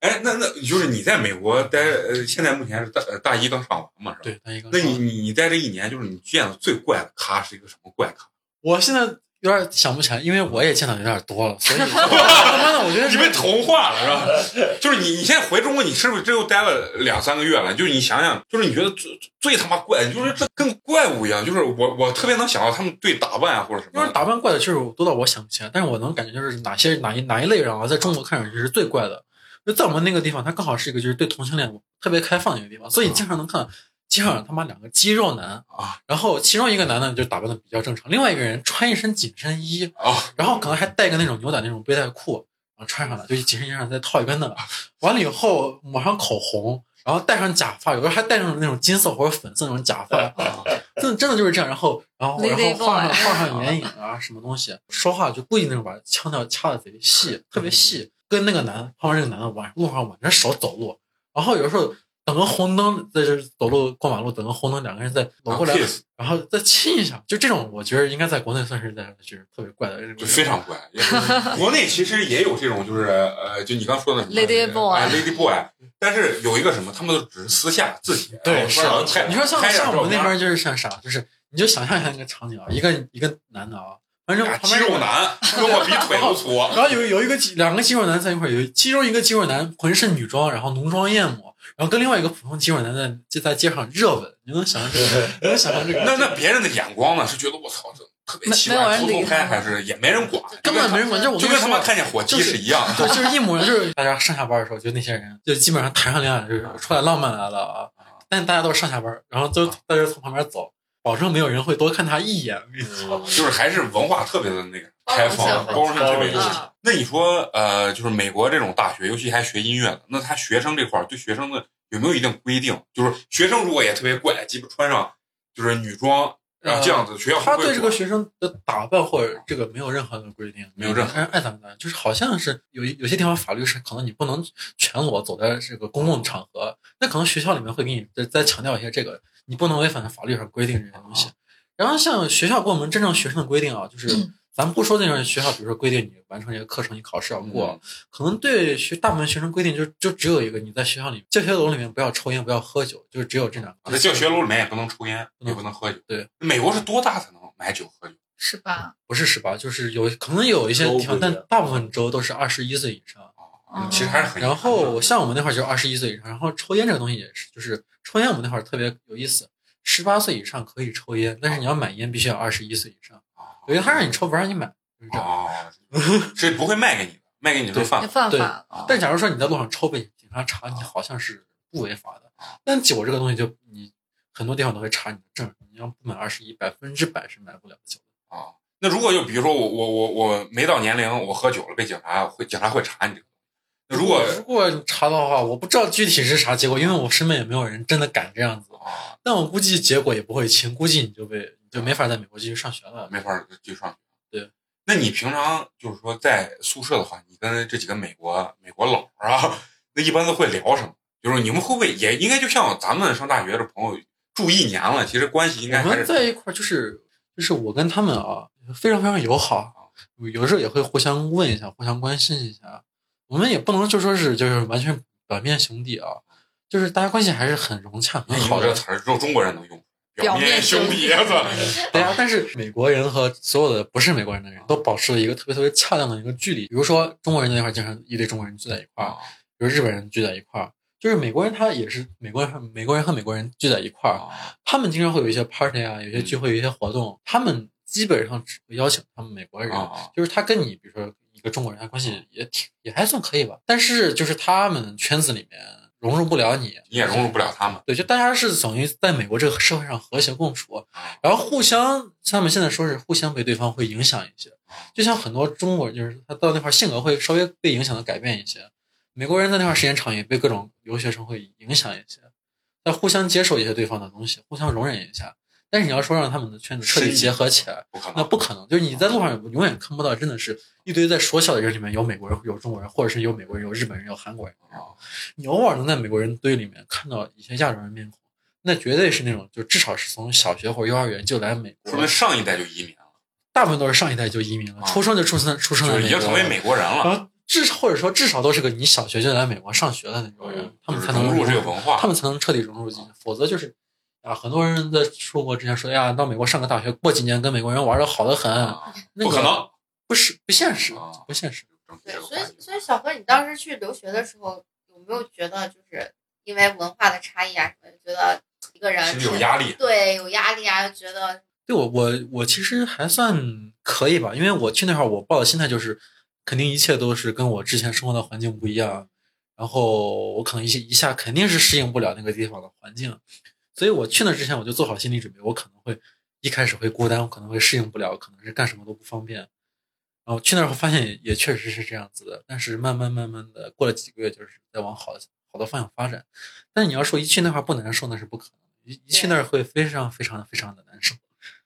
A: 哎，那那就是你在美国待，呃，现在目前是大呃大一刚上完嘛，是吧？。
B: 对，那一个。
A: 那你你你在这一年，就是你见的最怪的咖是一个什么怪咖？
B: 我现在有点想不起来，因为我也见到有点多 了，所以他妈的，我觉得
A: 你
B: 是
A: 被同化了是吧？ 就是你，你现在回中国，你是不是这又待了两三个月了？就是你想想，就是你觉得最最他妈怪的，就是这跟怪物一样。就是我我特别能想到他们对打扮啊或者什
B: 因
A: 么
B: 为打扮怪的就是多到我想不起来，但是我能感觉就是哪些哪一哪一类人啊，在中国看上去是最怪的。就在我们那个地方，它刚好是一个就是对同性恋特别开放的一个地方，所以你经常能看到街上他妈两个肌肉男
A: 啊，
B: 然后其中一个男的就打扮的比较正常，另外一个人穿一身紧身衣，
A: 啊
B: 然后可能还带个那种牛仔那种背带裤，然后穿上了，就紧身衣上再套一个那个，完了以后抹上口红，然后戴上假发，有的还戴上那种金色或者粉色那种假发，
A: 嗯啊
B: 真的真的就是这样。然后然后
C: 雷
B: 然
C: 雷
B: 后画
C: 过来
B: 上画上眼影啊，什么东西，说话就故意那种把腔调掐的贼细，
A: 嗯
B: 特别细，跟那个男旁边那个男的挽路上挽着手走路，然后有时候。等个红灯，在这走路过马路，等个红灯，两个人再走过来
A: 啊，kiss，
B: 然后再亲一下，就这种，我觉得应该在国内算是在就是特别怪的，
A: 就非常怪。 国内其实也有这种，就是呃，就你刚说的什么
C: Lady boy
A: 哎，Lady Boy，但是有一个什么，他们都只是私下自己
B: 对，是啊
A: 然后拍
B: 你说像
A: 拍点
B: 像我们
A: 照
B: 那
A: 片
B: 边就是像啥，就是你就想象一下那个场景啊，一个一个男的啊，反正
A: 啊
B: 旁
A: 肌
B: 边有
A: 肉
B: 个，
A: 男跟我比腿都粗，
B: 然后有有一个肌两个肌肉男在一块儿，有一其中一个肌肉男浑身女装，然后浓妆艳抹，然后跟另外一个普通肌肉男在就在街上热吻，你能想象这个？你能想象这个？
A: 那那别人的眼光呢？是觉得我操，这特别奇
C: 没有
A: 怪，
C: 人
A: 偷偷
C: 理他
A: 拍还是也没人管，
B: 根本没人管，就是我
A: 就
B: 跟你
A: 跟他妈
B: 说。
A: 看见火鸡是一样的。
B: 对，就是一模一样，就是大家上下班的时候，就那些人，就基本上谈上恋爱，就是出来浪漫来了啊。但大家都是上下班，然后都大家从旁边走，保证没有人会多看他一眼。我跟你
D: 嗯
B: 说，
A: 就是还是文化特别的那个开放，包
E: 包
A: 容性
E: 容性
A: 特
D: 很
A: 别
D: 强
A: 强。那你说，呃，就是美国这种大学，尤其还学音乐的，那他学生这块儿对学生的有没有一定规定？就是学生如果也特别怪，鸡巴穿上就是女装，然后这样子，学校
B: 嗯他
A: 不
B: 对
A: 会
B: 这个学生的打扮或者这个没有任何的规定，哎
A: 没有任何
B: 爱爱咋么咋，就是好像是有一有些地方法律是可能你不能全裸走在这个公共场合，那可能学校里面会给你再再强调一些这个，
A: 哦
B: 你不能违反法律上规定这些东西。然后像学校给我们真正学生的规定啊，就是咱不说那种学校，比如说规定你完成一个课程，你考试要过，
A: 嗯
B: 可能对学大部分学生规定就就只有一个，你在学校里教学楼里面不要抽烟，不要喝酒，就只有这两个。
A: 在教学楼里面也不能抽烟，也不能喝酒。
B: 对，
A: 美国是多大才能买酒喝酒？
C: 是吧？
B: 不是十八，就是有可能有一些地方，
D: 州不一样
B: 但大部分州都是二十一岁以上。
A: 嗯其实还是很。
B: 然后像我们那会儿就二十一岁以上，然后抽烟这个东西也是，就是抽烟我们那会儿特别有意思，十八岁以上可以抽烟，但是你要买烟必须要二十一岁以上，有些他让你抽不让你买，就是这样。
A: 哦， 是不会卖给你的，啊卖给你是犯
C: 也
A: 法。
C: 犯
B: 对
C: 法
A: 哦
C: 了。
B: 但假如说你在路上抽被警察查，你好像是不违法的，但酒这个东西就你很多地方都会查你的证，你要不满二十一，百分之百是买不了酒的。
A: 啊。那如果就比如说我我我我没到年龄，我喝酒了被警察会警察会查你这个。那如果
B: 如果你查到的话，我不知道具体是啥结果，因为我身边也没有人真的敢这样子。
A: 啊
B: 但我估计结果也不会轻，估计你就被你就没法在美国继续上学了。
A: 没法儿继续上学，啊
B: 对。
A: 那你平常就是说在宿舍的话，你跟这几个美国美国佬儿啊， 那一般都会聊什么？就是你们会不会也应该就像咱们上大学的朋友住一年了，其实关系应该
B: 我
A: 还是
B: 们在一块儿就是就是我跟他们啊非常非常友好，啊有的时候也会互相问一下，互相关心一下。我们也不能就说是就是完全表面兄弟啊，就是大家关系还是很融洽、很
A: 你用
B: 好
A: 这个。
B: 的
A: 词儿只有中国人能用，
C: 表
A: 面
C: 面
A: 兄
C: 兄
A: 弟
C: 弟
A: 啊，操
B: 对啊，但是美国人和所有的不是美国人的人都保持了一个特别特别恰当的一个距离。比如说中国人在一块儿经常一堆中国人聚在一 块儿，
A: 啊
B: 比如日本人聚在一块儿，就是美国人他也是美国人和美国人和美国人聚在一块儿，
A: 啊
B: 他们经常会有一些 party 啊，有些聚会，有一些活动，他们基本上只会邀请他们美国人，
A: 啊
B: 就是他跟你，比如说一个中国人，他关系也挺也还算可以吧，但是就是他们圈子里面融入不了你，
A: 你也融入不了他们
B: 对，就大家是等于在美国这个社会上和谐共处，
A: 啊
B: 然后互相，他们现在说是互相被对方会影响一些，就像很多中国人就是他到那块儿性格会稍微被影响的改变一些，美国人在那块儿时间长也被各种留学生会影响一些，要互相接受一些对方的东西，互相容忍一下。但是你要说让他们的圈子彻底
A: 深
B: 结合起来，
A: 不可能。
B: 那不可能。就是你在路上永远看不到，真的是一堆在说笑的人里面有美国人、有中国人，或者是有美国人、有日本人、有韩国人。
A: 啊
B: 你偶尔能在美国人堆里面看到一些亚洲人面孔，那绝对是那种就至少是从小学或者幼儿园就来美国
A: 说，明上一代就移民了，
B: 大部分都是上一代就移民了，
A: 啊
B: 出生就出生出生
A: 就
B: 在
A: 是已
B: 美
A: 经
B: 国，
A: 成为美国人了，
B: 然后至或者说至少都是个你小学就来美国上学的那种人，他们才能
A: 嗯融入这个文化。
B: 他们才能彻底融入进去，否则就是。啊，很多人在出国之前说，哎呀，到美国上个大学，过几年跟美国人玩的好的很，
A: 啊
B: 那
A: 不
B: 个
A: 可能，
B: 不是不现实
A: 啊，
B: 不现实。
E: 对，所以所以小何，你当时去留学的时候，有没有觉得就是因为文化的差异啊什么，就觉得一个人
A: 心里有
E: 是
A: 压力
E: 对，有压力啊，就觉得
B: 对我我我其实还算可以吧，因为我去那会儿我抱的心态就是，肯定一切都是跟我之前生活的环境不一样，然后我可能一下一下肯定是适应不了那个地方的环境，所以我去那之前我就做好心理准备，我可能会一开始会孤单，我可能会适应不了，可能是干什么都不方便。然后去那儿后发现也也确实是这样子的，但是慢慢慢慢的过了几个月，就是在往好的好的方向发展。但是你要说一去那块儿不难受，那是不可能的，一一去那儿会非常非常非常的难受。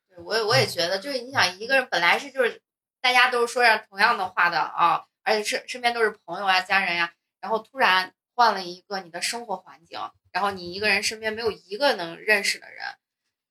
E: 对我也我也觉得，就是你想一个人本来是就是大家都是说样同样的话的啊，而且身身边都是朋友啊、家人呀、然后突然换了一个你的生活环境，然后你一个人身边没有一个能认识的人，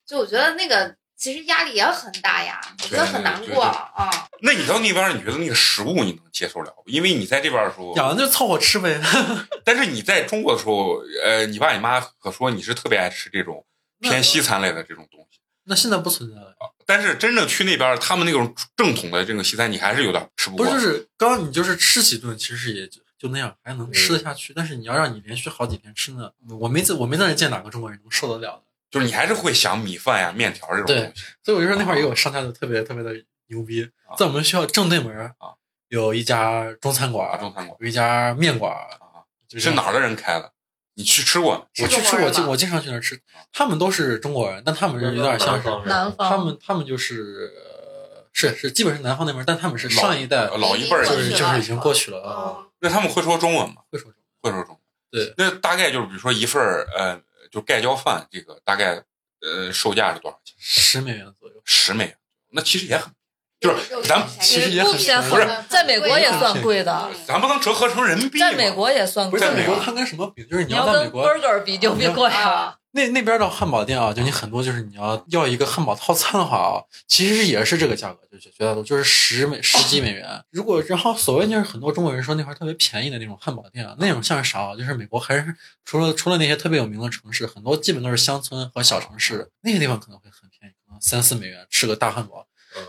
E: 就我觉得那个其实压力也很大呀，我觉得很难
A: 对对
E: 过
A: 对
E: 啊。
A: 那你到那边儿，你觉得那个食物你能接受了不？因为你在这边儿的时候，
B: 养了就凑合吃呗。
A: 但是你在中国的时候，呃，你爸你妈可说你是特别爱吃这种偏西餐类的这种东西。
B: 那现在不存在了，
A: 但是真正去那边儿，他们那种正统的这个西餐，你还是有点吃不
B: 不
A: 惯。
B: 是就是刚刚你就是吃几顿，其实也就就那样，还能吃得下
A: 嗯
B: 去。但是你要让你连续好几天吃呢，我没在我没在那见哪个中国人能受得了的。
A: 就是你还是会想米饭呀、面条这种
B: 对
A: 东西。
B: 所以我就说那会儿也有商家就特别特别的牛逼
A: 啊，
B: 在我们学校正对门儿
A: 啊
B: 有一家中餐
A: 啊，
B: 馆，
A: 中餐馆
B: 有一家面馆，
A: 啊，
B: 就是
A: 哪儿的人开的？你去吃过吗？
B: 我去吃
E: 中国人吗
B: 过，经我经常去那儿吃。
A: 啊
B: 他们都是中国人，但他们
D: 嗯
B: 是有点像
E: 嗯
B: 是
C: 南方
B: 他们他们就是呃是是基本是南方那边儿，但他们是
A: 老
B: 上一代
A: 老一辈儿
E: 已经
B: 就是
E: 过去
B: 就
E: 了
B: 是已经过去了啊，
E: 嗯，
A: 那他们会说中文吗？
B: 会说中
A: 会
B: 文。
A: 说中文。
B: 对，
A: 那大概就是比如说一份儿呃，就盖浇饭，这个大概呃售价是多少钱？
B: 十美元左右。
A: 十美元，那其实也很，就是
E: 肉
A: 咱
E: 肉片
B: 其实也
C: 不
B: 很
C: 便宜
B: 便宜
A: 不是
C: 在美国也算贵的，
E: 嗯
A: 咱不能折合成人民币吗。
C: 在美国也算
B: 不
C: 贵
B: 是
A: 在
B: 在
A: 美
B: 美
A: 国
B: 国，
A: 它
B: 它跟什么比？就是你
C: 你
B: 要
C: 要
B: 在美
C: 跟
B: 国
C: burger 比就比贵啊。
E: 啊，
B: 那那边的汉堡店啊，就你很多就是你要要一个汉堡套餐的话啊，其实也是这个价格，就是绝大多数就是十美十几美元。如果然后所谓就是很多中国人说那块儿特别便宜的那种汉堡店啊，那种像是啥啊？就是美国还是除了除了那些特别有名的城市，很多基本都是乡村和小城市，那些地方可能会很便宜，可能三四美元吃个大汉堡。
D: 嗯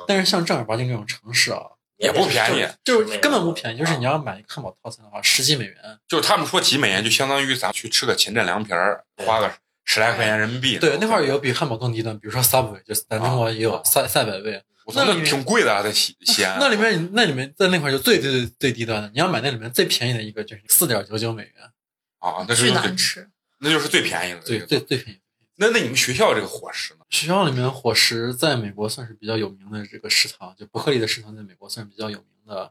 B: 但是像正儿八经这种城市啊，
A: 也不便宜
B: 就是根本不便宜，就是你要买一个汉堡套餐的话，十几美元。
A: 就是他们说几美元，就相当于咱去吃个秦镇凉皮儿，花个十来块钱人民币。
B: 对，那块儿也有比汉堡更低的，比如说 Subway，就是咱中国也有赛赛百味，
A: 我操，那挺贵的啊，在 西西安。
B: 那里面那里面在那块儿就最最最最低端的，你要买那里面最便宜的一个就是四点九九美元，
A: 啊，那是
C: 巨
A: 最
C: 难吃。
A: 那就是最便宜了。
B: 最
A: 这个
B: 最最便宜。
A: 那那你们学校这个伙食呢？
B: 学校里面伙食在美国算是比较有名的这个食堂，就伯克利的食堂在美国算是比较有名的，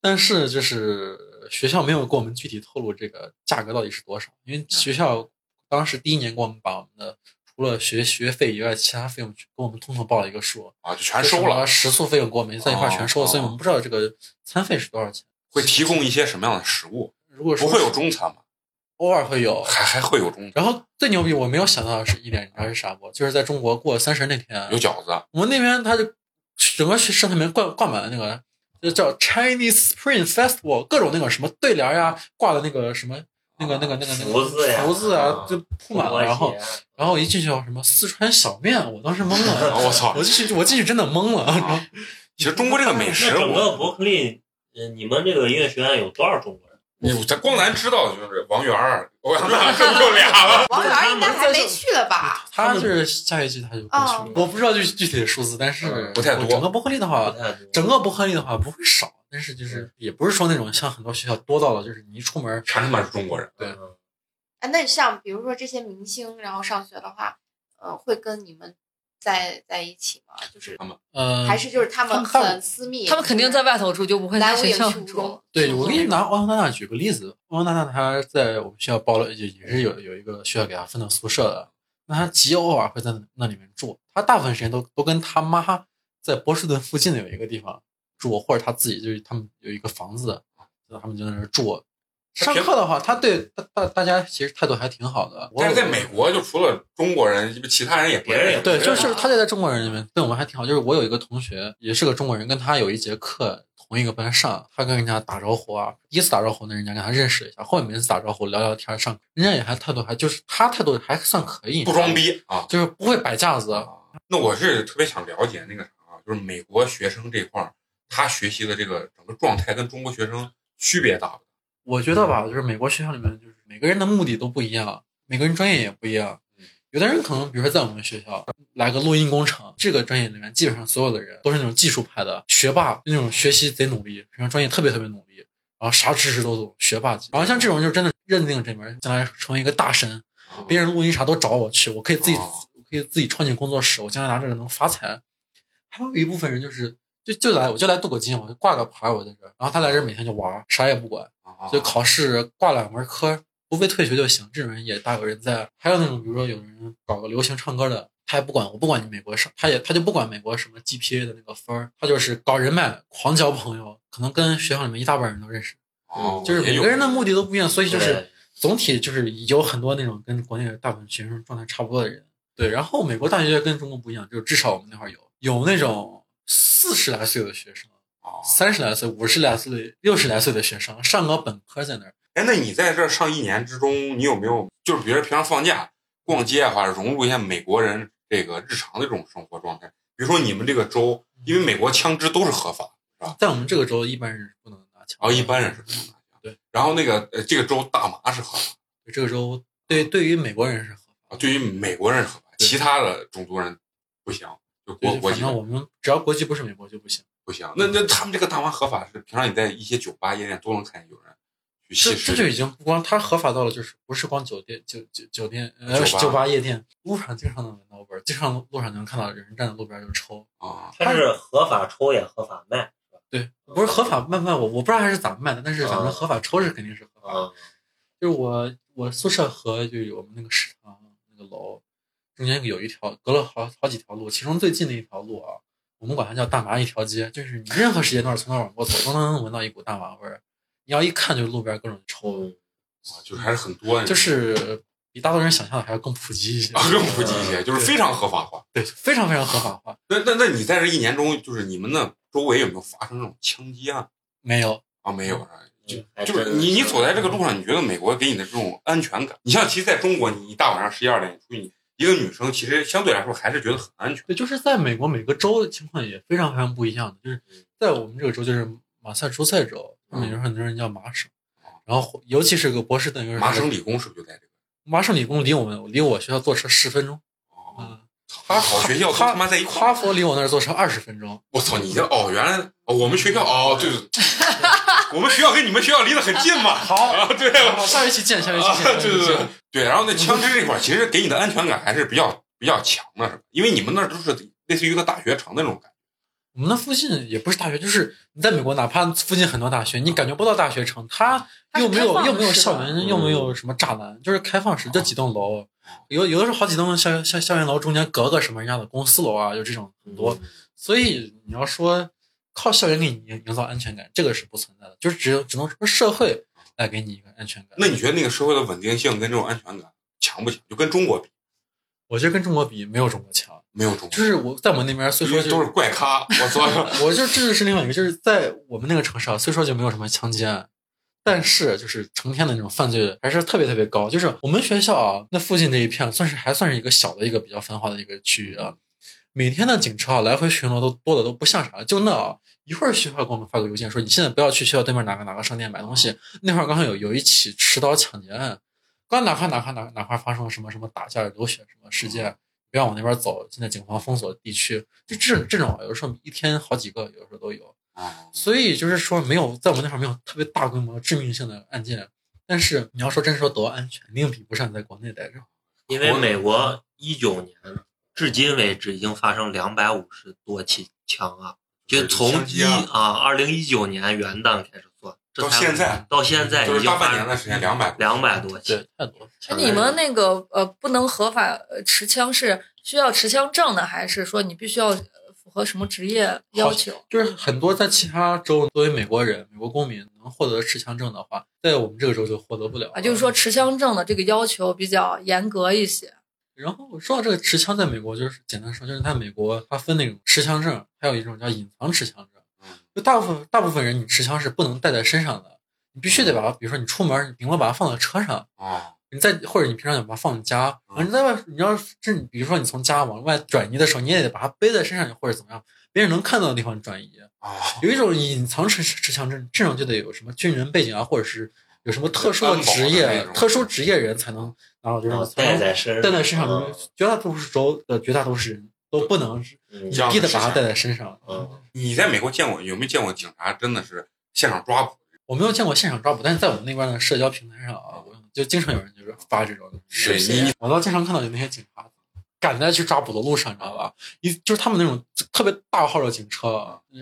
B: 但是就是学校没有给我们具体透露这个价格到底是多少，因为学校当时第一年给我们把我们的除了学学费以外，其他费用给我们统统报了一个数，
A: 啊，就全收了，
B: 食宿费用给我们在一块儿全收了，
A: 哦
B: 所以我们不知道这个餐费是多少钱。
A: 会提供一些什么样的食物？
B: 如果
A: 不
B: 说
A: 会有中餐吗？
B: 偶尔会有，
A: 还还会有中餐，
B: 然后最牛逼，我没有想到的是一点，你知道是啥不？就是在中国过三十那天，
A: 有饺子，啊
B: 我们那边他就整个食堂里面挂挂满了那个，就叫 Chinese Spring Festival，各种那个什么对联呀、挂的那个什么那个那个那个那个
D: 福字呀
B: 福字啊
D: 啊，
B: 就铺满了。然后然后我一进去，什么四川小面，我当时懵
A: 啊
B: 了，
A: 我操！
B: 我进去我进去真的懵了。
A: 啊其实中国这个美食，
D: 那整
A: 我
D: 个伯克利，呃，你们这个音乐学院有多少中国人？
A: 我咱光咱知道的就是王源儿，我想那就就俩了。
E: 王源儿应该还没去了吧？
B: 他是下一季他就过去了
E: 啊哦，
B: 我不知道具具体的数字，但是
A: 嗯不太多
B: 我整个伯克利的
D: 不
B: 话，
D: 太多
B: 整个伯克利的话不会少，但是就是也不是说那种像很多学校多到了，嗯就是你一出门
A: 全他妈是中国人，
B: 对
D: 嗯
E: 啊，那像比如说这些明星，然后上学的话，呃，会跟你们在在一起吗？就是
C: 嗯
B: 呃，
E: 还是就是他
B: 他
E: 们
B: 们他们
E: 很私密，
C: 他们肯定在外头住，就不会
E: 来
C: 在
E: 无
C: 学
E: 影
C: 校
E: 去无
C: 住。
E: 踪。
B: 对，我给你拿汪洋大大举个例子，汪洋大大他在我们学校包了，也也是有有一个学校给他分的宿舍的，那他极偶尔会在那里面住，他大部分时间都都跟他妈在波士顿附近的有一个地方住，或者他自己就是他们有一个房子，他们就在那儿住。上课的话，他对大大大家其实态度还挺好的。我
A: 但是在美国，就除了中国人，其他人也不认识。
B: 对，就
D: 对
B: 是他就在中国人里面对我们还挺好。就是我有一个同学也是个中国人，跟他有一节课同一个班上，他跟人家打招呼啊，第一次打招呼呢，人家跟他认识了一下，后面每次打招呼聊聊天上，人家也还态度还就是他态度还算可以，
A: 不装，逼啊。
B: 就是不会摆架子。
A: 那我是特别想了解那个啥，啊就是美国学生这块儿，他学习的这个整个状态跟中国学生区别大不大？
B: 我觉得吧，就是美国学校里面，就是每个人的目的都不一样，每个人专业也不一样。有的人可能，比如说在我们学校来个录音工程，这个专业里面基本上所有的人都是那种技术派的学霸，就那种学习贼努力，然后专业特别特别努力，然后啥知识都懂，学霸级。然后像这种人就真的认定这门将来成为一个大神，
A: 啊
B: 别人录音啥都找我去，我可以自己，
A: 哦
B: 我可以自己创建工作室，我将来拿这个能发财。还有一部分人就是就就来我就来镀个金，我就挂个牌我在这儿，然后他来这儿每天就玩儿，啥也不管。
A: 啊
B: 就考试挂两门科，不被退学就行。这种人也大有人在。还有那种，比如说有人搞个流行唱歌的，他也不管，我不管你美国上，他也他就不管美国什么 GPA 的那个分儿，他就是搞人脉，狂交朋友，可能跟学校里面一大半人都认识。
A: 哦
B: 就是
A: 也
B: 每
A: 有
B: 个人的目的都不一样，所以就是
D: 对
B: 总体就是有很多那种跟国内的大部分学生状态差不多的人。对，然后美国大学跟中国不一样，就是至少我们那会儿有有那种四十来岁的学生，
A: 哦
B: 三十来岁、五十来岁、六十来岁的学生上个本科在那儿。
A: 哎，那你在这儿上一年之中，你有没有就是比如说平常放假逛街啊，或者融入一下美国人这个日常的这种生活状态？比如说你们这个州，因为美国枪支都是合法，
B: 在我们这个州，一般人是不能拿枪
A: 然
B: 的。
A: 哦后一般人是不能拿枪。
B: 对。
A: 然后那个呃，这个州大麻是合法
B: 对这个州对
A: 嗯
B: 对于美国人是合法
A: 啊，对于美国人是合法，
B: 对
A: 其他的种族人不行，就
B: 的，
A: 国
B: 对，
A: 国
B: 反
A: 籍
B: 正我们只要国籍不是美国就不行。
A: 不行。那那他们这个大麻合法是平常你在一些酒吧夜店都能看见有人去吸
B: 这
A: 食
B: 这就已经不光它合法到了，就是不是光酒店、酒酒酒店、呃
A: 酒吧
B: 酒吧、夜店，路上经常能闻到味儿，经常路路上能看到有人站在路边就抽。
A: 啊。
D: 它是合法抽也合法卖
B: 对，不是合法卖卖我我不知道还是咋卖的，但是咱
A: 嗯
B: 们
D: 啊
B: 合法抽是肯定是合法的。
D: 啊，
B: 就是我我宿舍和就有我们那个食堂那个楼中间有一条隔了好好几条路，其中最近的一条路啊，我们管它叫大麻一条街，就是你任何时间段从那儿往过走都能闻到一股大麻味儿，你要一看就路边各种抽，
D: 嗯，
A: 啊就是还是很多，啊
B: 就是比大多数人想象的还要更普及一些，
A: 更普及一些，就是非常合法化。
B: 对，非常非常合法化。
A: 那那那你在这一年中，就是你们的周围有没有发生这种枪击案
B: 没有，
A: 啊？没有是吧？就
D: 还
A: 就
D: 啊真
A: 是
D: 的
A: 你你
D: 是嗯
A: 走在这个路上，你觉得美国给你的这种安全感？你像其实在中国，你你大晚上十一二点你出去，一个女生其实相对来说还是觉得很安全。
B: 对，就是在美国每个州的情况也非常非常不一样的，就是在我们这个州就是马萨诸塞州，他们有很多人叫麻省，然后尤其是个波士顿，就是
A: 嗯麻省理工是不是就在这个？
B: 麻省理工离我们离我学校坐车十分钟，
A: 哦，
B: 嗯，
A: 他好学校都他妈在一块
B: 哈
A: 儿。
B: 佛离我那儿坐车二十分 钟，
A: 我操，你这哦，原来哦我们学校哦，对对，对我们学校跟你们学校离得很近嘛。
B: 好
A: 啊，对，
B: 下学期见， 下学
A: 啊
B: 期，见，
A: 对对对对，然后那枪支这块儿，其实给你的安全感还是比较比较强的，是吧？因为你们那儿都是类似于一个大学城那种感觉。
B: 我们那附近也不是大学，就是你在美国，哪怕附近很多大学，你感觉不到大学城，它
C: 它是
B: 又没有
C: 开放
B: 又没有
C: 式的
B: 校园，
A: 嗯哦
B: 又没有什么栅栏，就是开放式，就几栋楼，有有的时候好几栋校校校园楼中间隔个什么人家的公司楼啊，有这种很
A: 嗯
B: 多。所以你要说靠校园给你营营造安全感，这个是不存在的，就是只有只能说社会来给你一个安全感。
A: 那你觉得那个社会的稳定性跟这种安全感强不强？就跟中国比，
B: 我觉得跟中国比没有中国强，
A: 没有中国，
B: 就是我在我们那边虽
A: 因为
B: 说就
A: 都是怪咖。我操，
B: 我就这就是另外一个，就是在我们那个城市啊，虽说就没有什么枪击案，但是就是成天的那种犯罪还是特别特别高。就是我们学校啊，那附近这一片算是还算是一个小的一个比较繁华的一个区域啊，每天的警车啊来回巡逻都多的都不像啥，就那啊。一会儿学校给我们发个邮件说你现在不要去学校对面哪个哪个商店买东西。那会儿刚好有有一起持刀抢劫案，刚哪块哪块哪哪块发生了什么什么打架流血什么事件，不要往那边走。现在警方封锁地区，就这这种有的时候一天好几个，有的时候都有。
A: 啊
B: 所以就是说，没有在我们那块儿没有特别大规模致命性的案件，但是你要说真说多安全，肯定比不上你在国内待着。
D: 因为美国一九年至今为止已经发生两百五十多起枪啊，就从
A: 枪击
D: 一
A: 啊
D: 啊二零一九年元旦开始算，这
A: 到
D: 才
A: 现在
D: 到现在
A: 就
D: 已
A: 是
D: 经嗯
A: 大半年的时间，两百
D: 两百多起，
B: 对，太多了。
C: 那你们那个呃，不能合法呃持枪是需要持枪证的，还是说你必须要呃符合什么职业要求？
B: 就是很多在其他州作为美国人、美国公民能获得持枪证的话，在我们这个州就获得不了
C: 啊，就是说持枪证的这个要求比较严格一些。
B: 然后说到这个持枪，在美国就是简单说，就是在美国它分那种持枪证，还有一种叫隐藏持枪证
A: 嗯。
B: 就大部分大部分人，你持枪是不能带在身上的，你必须得把它，比如说你出门，你顶多把它放在车上，
A: 啊，
B: 你在或者你平常想把它放家，
A: 嗯
B: 然后你在外，你要是这，比如说你从家往外转移的时候，你也得把它背在身上或者怎么样，别人能看到的地方转移。
A: 啊，
B: 有一种隐藏持持枪证，这种就得有什么军人背景啊，或者是有什么特殊的职
A: 安保的那
B: 业、
A: 种
B: 特殊职业人才能拿到这
D: 然后
B: 种
D: 带在身上，
B: 带在身上
D: 嗯，
B: 绝大多数州的绝大多数人都不能
D: 嗯
B: 一地的把它带在身上。
D: 嗯，
A: 你在美国见过有没有见过警察真的是现场抓捕？
B: 我没有见过现场抓捕，但是在我们那边的社交平台上啊，我就经常有人就是发这种视
A: 对
B: 频，我倒经常看到有那些警察赶在去抓捕的路上，你知道吧？一就是他们那种特别大号的警车，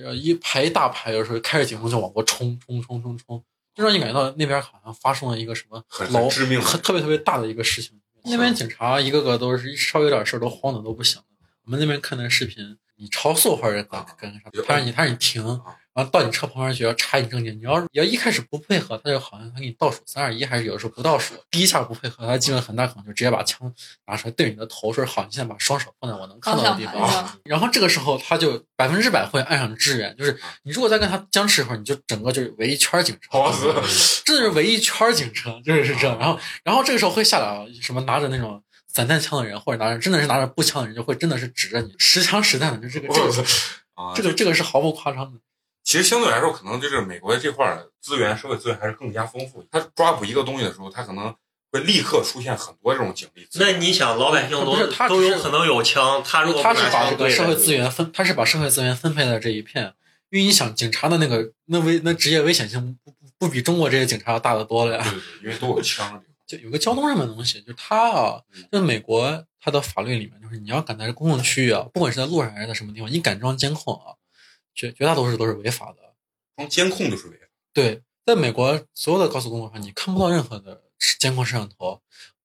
B: 呃一排一大排，有时候开着警红就往过冲冲冲冲冲，就让你感觉到那边好像发生了一个什么
A: 很很
B: 楼
A: 致命的
B: 很特别特别大的一个事情。那边警察一个个都是稍微有点事儿都慌的都不行了。我们那边看那视频，你超速或者咋啊跟上
A: 有，
B: 他让你他让你停，
A: 哦
B: 然后到你车旁边去要查你证件，你要要一开始不配合，他就好像他给你倒数三二一，还是有的时候不倒数，第一下不配合，他基本很大可能就直接把枪拿出来对着你的头说：“好，你现在把双手放在我能看到的地
C: 方向盘
B: 方
C: 上。”
B: 然后这个时候他就百分之百会按上支援，就是你如果再跟他僵持一会儿，你就整个就是围一圈警车，
A: 啊好死
B: 这就是围一圈警车，就是是这样。然后，然后这个时候会下来啊，什么拿着那种散弹枪的人，或者拿着真的是拿着步枪的人，就会真的是指着你实枪实弹的，就这个这
A: 我
B: 个
A: 操啊！
B: 这个这个是毫不夸张的。
A: 其实相对来说，可能就是美国这块儿资源、社会资源还是更加丰富。他抓捕一个东西的时候，他可能会立刻出现很多这种警力资
D: 那
A: 源。
D: 你想老百姓
B: 不
D: 都
B: 是他只
D: 都
B: 是
D: 有可能有枪，他如果
B: 他
D: 不
B: 是
D: 拿
B: 把
D: 枪
B: 这个
D: 对着
B: 社会
D: 你
B: 资源分，他是把社会资源分配在这一片，因为你想警察的那个那危那职业危险性不不不比中国这些警察要大得多了呀
A: 对。对对，因为都有枪。
B: 就有个交通上面的东西，就是它啊
A: 嗯，
B: 就是美国它的法律里面，就是你要敢在公共区域啊，不管是在路上还是在什么地方，你敢装监控啊，绝绝大多数都是违法的。
A: 光监控就是违法。
B: 对，在美国所有的高速公路上，你看不到任何的监控摄像头，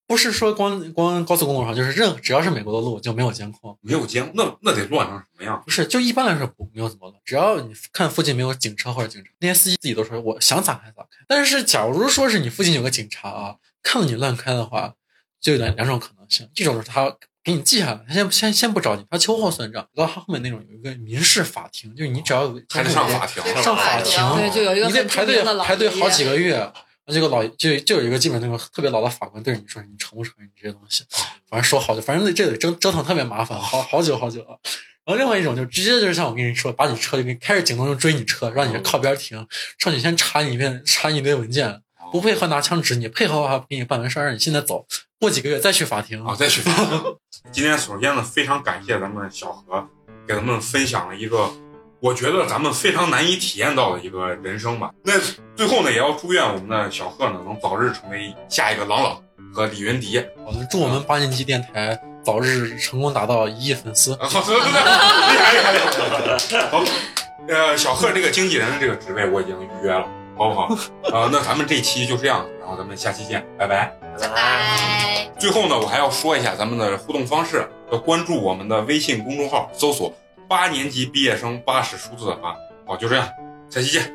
B: 不是说光光高速公路上，就是任只要是美国的路就没有监控，
A: 没有监，那那得乱成什么样？
B: 不是就一般来说不没有怎么了，只要你看附近没有警车或者警察，那些司机自己都说我想咋开咋开。但是假如说是你附近有个警察啊，看到你乱开的话，就有两两种可能性，一种是他给你记下来，他先先先不找你，他秋后算账。到他后面那种有一个民事法庭，就是你只要有
A: 还得上法庭
E: 对
B: 上
E: 法
B: 法
E: 庭
B: 庭，
C: 对，就有一个
B: 你得
C: 很
B: 排
C: 著名
B: 队
C: 的老
B: 排队
C: 爷
B: 好
C: 爷
B: 几个月。啊这个老就就有一个基本那个特别老的法官对你说你承不承认这些东西，反正说好久，反正这得折折腾特别麻烦，好好久好久了。然后另外一种就直接就是像我跟你说，把你车就给开着警灯就追你车，让你靠边停，上去先查你一遍，查你一堆文件，
A: 啊
B: 不配合拿枪指你，配合的话不给你办完事儿，让你现在走，过几个月再去法庭。
A: 啊，再去发。今天首先呢，非常感谢咱们小何给咱们分享了一个，我觉得咱们非常难以体验到的一个人生吧。那最后呢，也要祝愿我们的小贺呢，能早日成为下一个郎朗和李云迪。
B: 我们祝我们八年级电台早日成功达到一亿粉丝。
A: 啊，好，厉害厉害厉害！ 好，呃，小贺这个经纪人的这个职位我已经预约了，好不好？啊、那咱们这期就这样，然后咱们下期见，拜拜。
E: 拜拜。
A: 最后呢，我还要说一下咱们的互动方式，要关注我们的微信公众号，搜索“八年级毕业生八十数字的八”。好，就这样，下期见。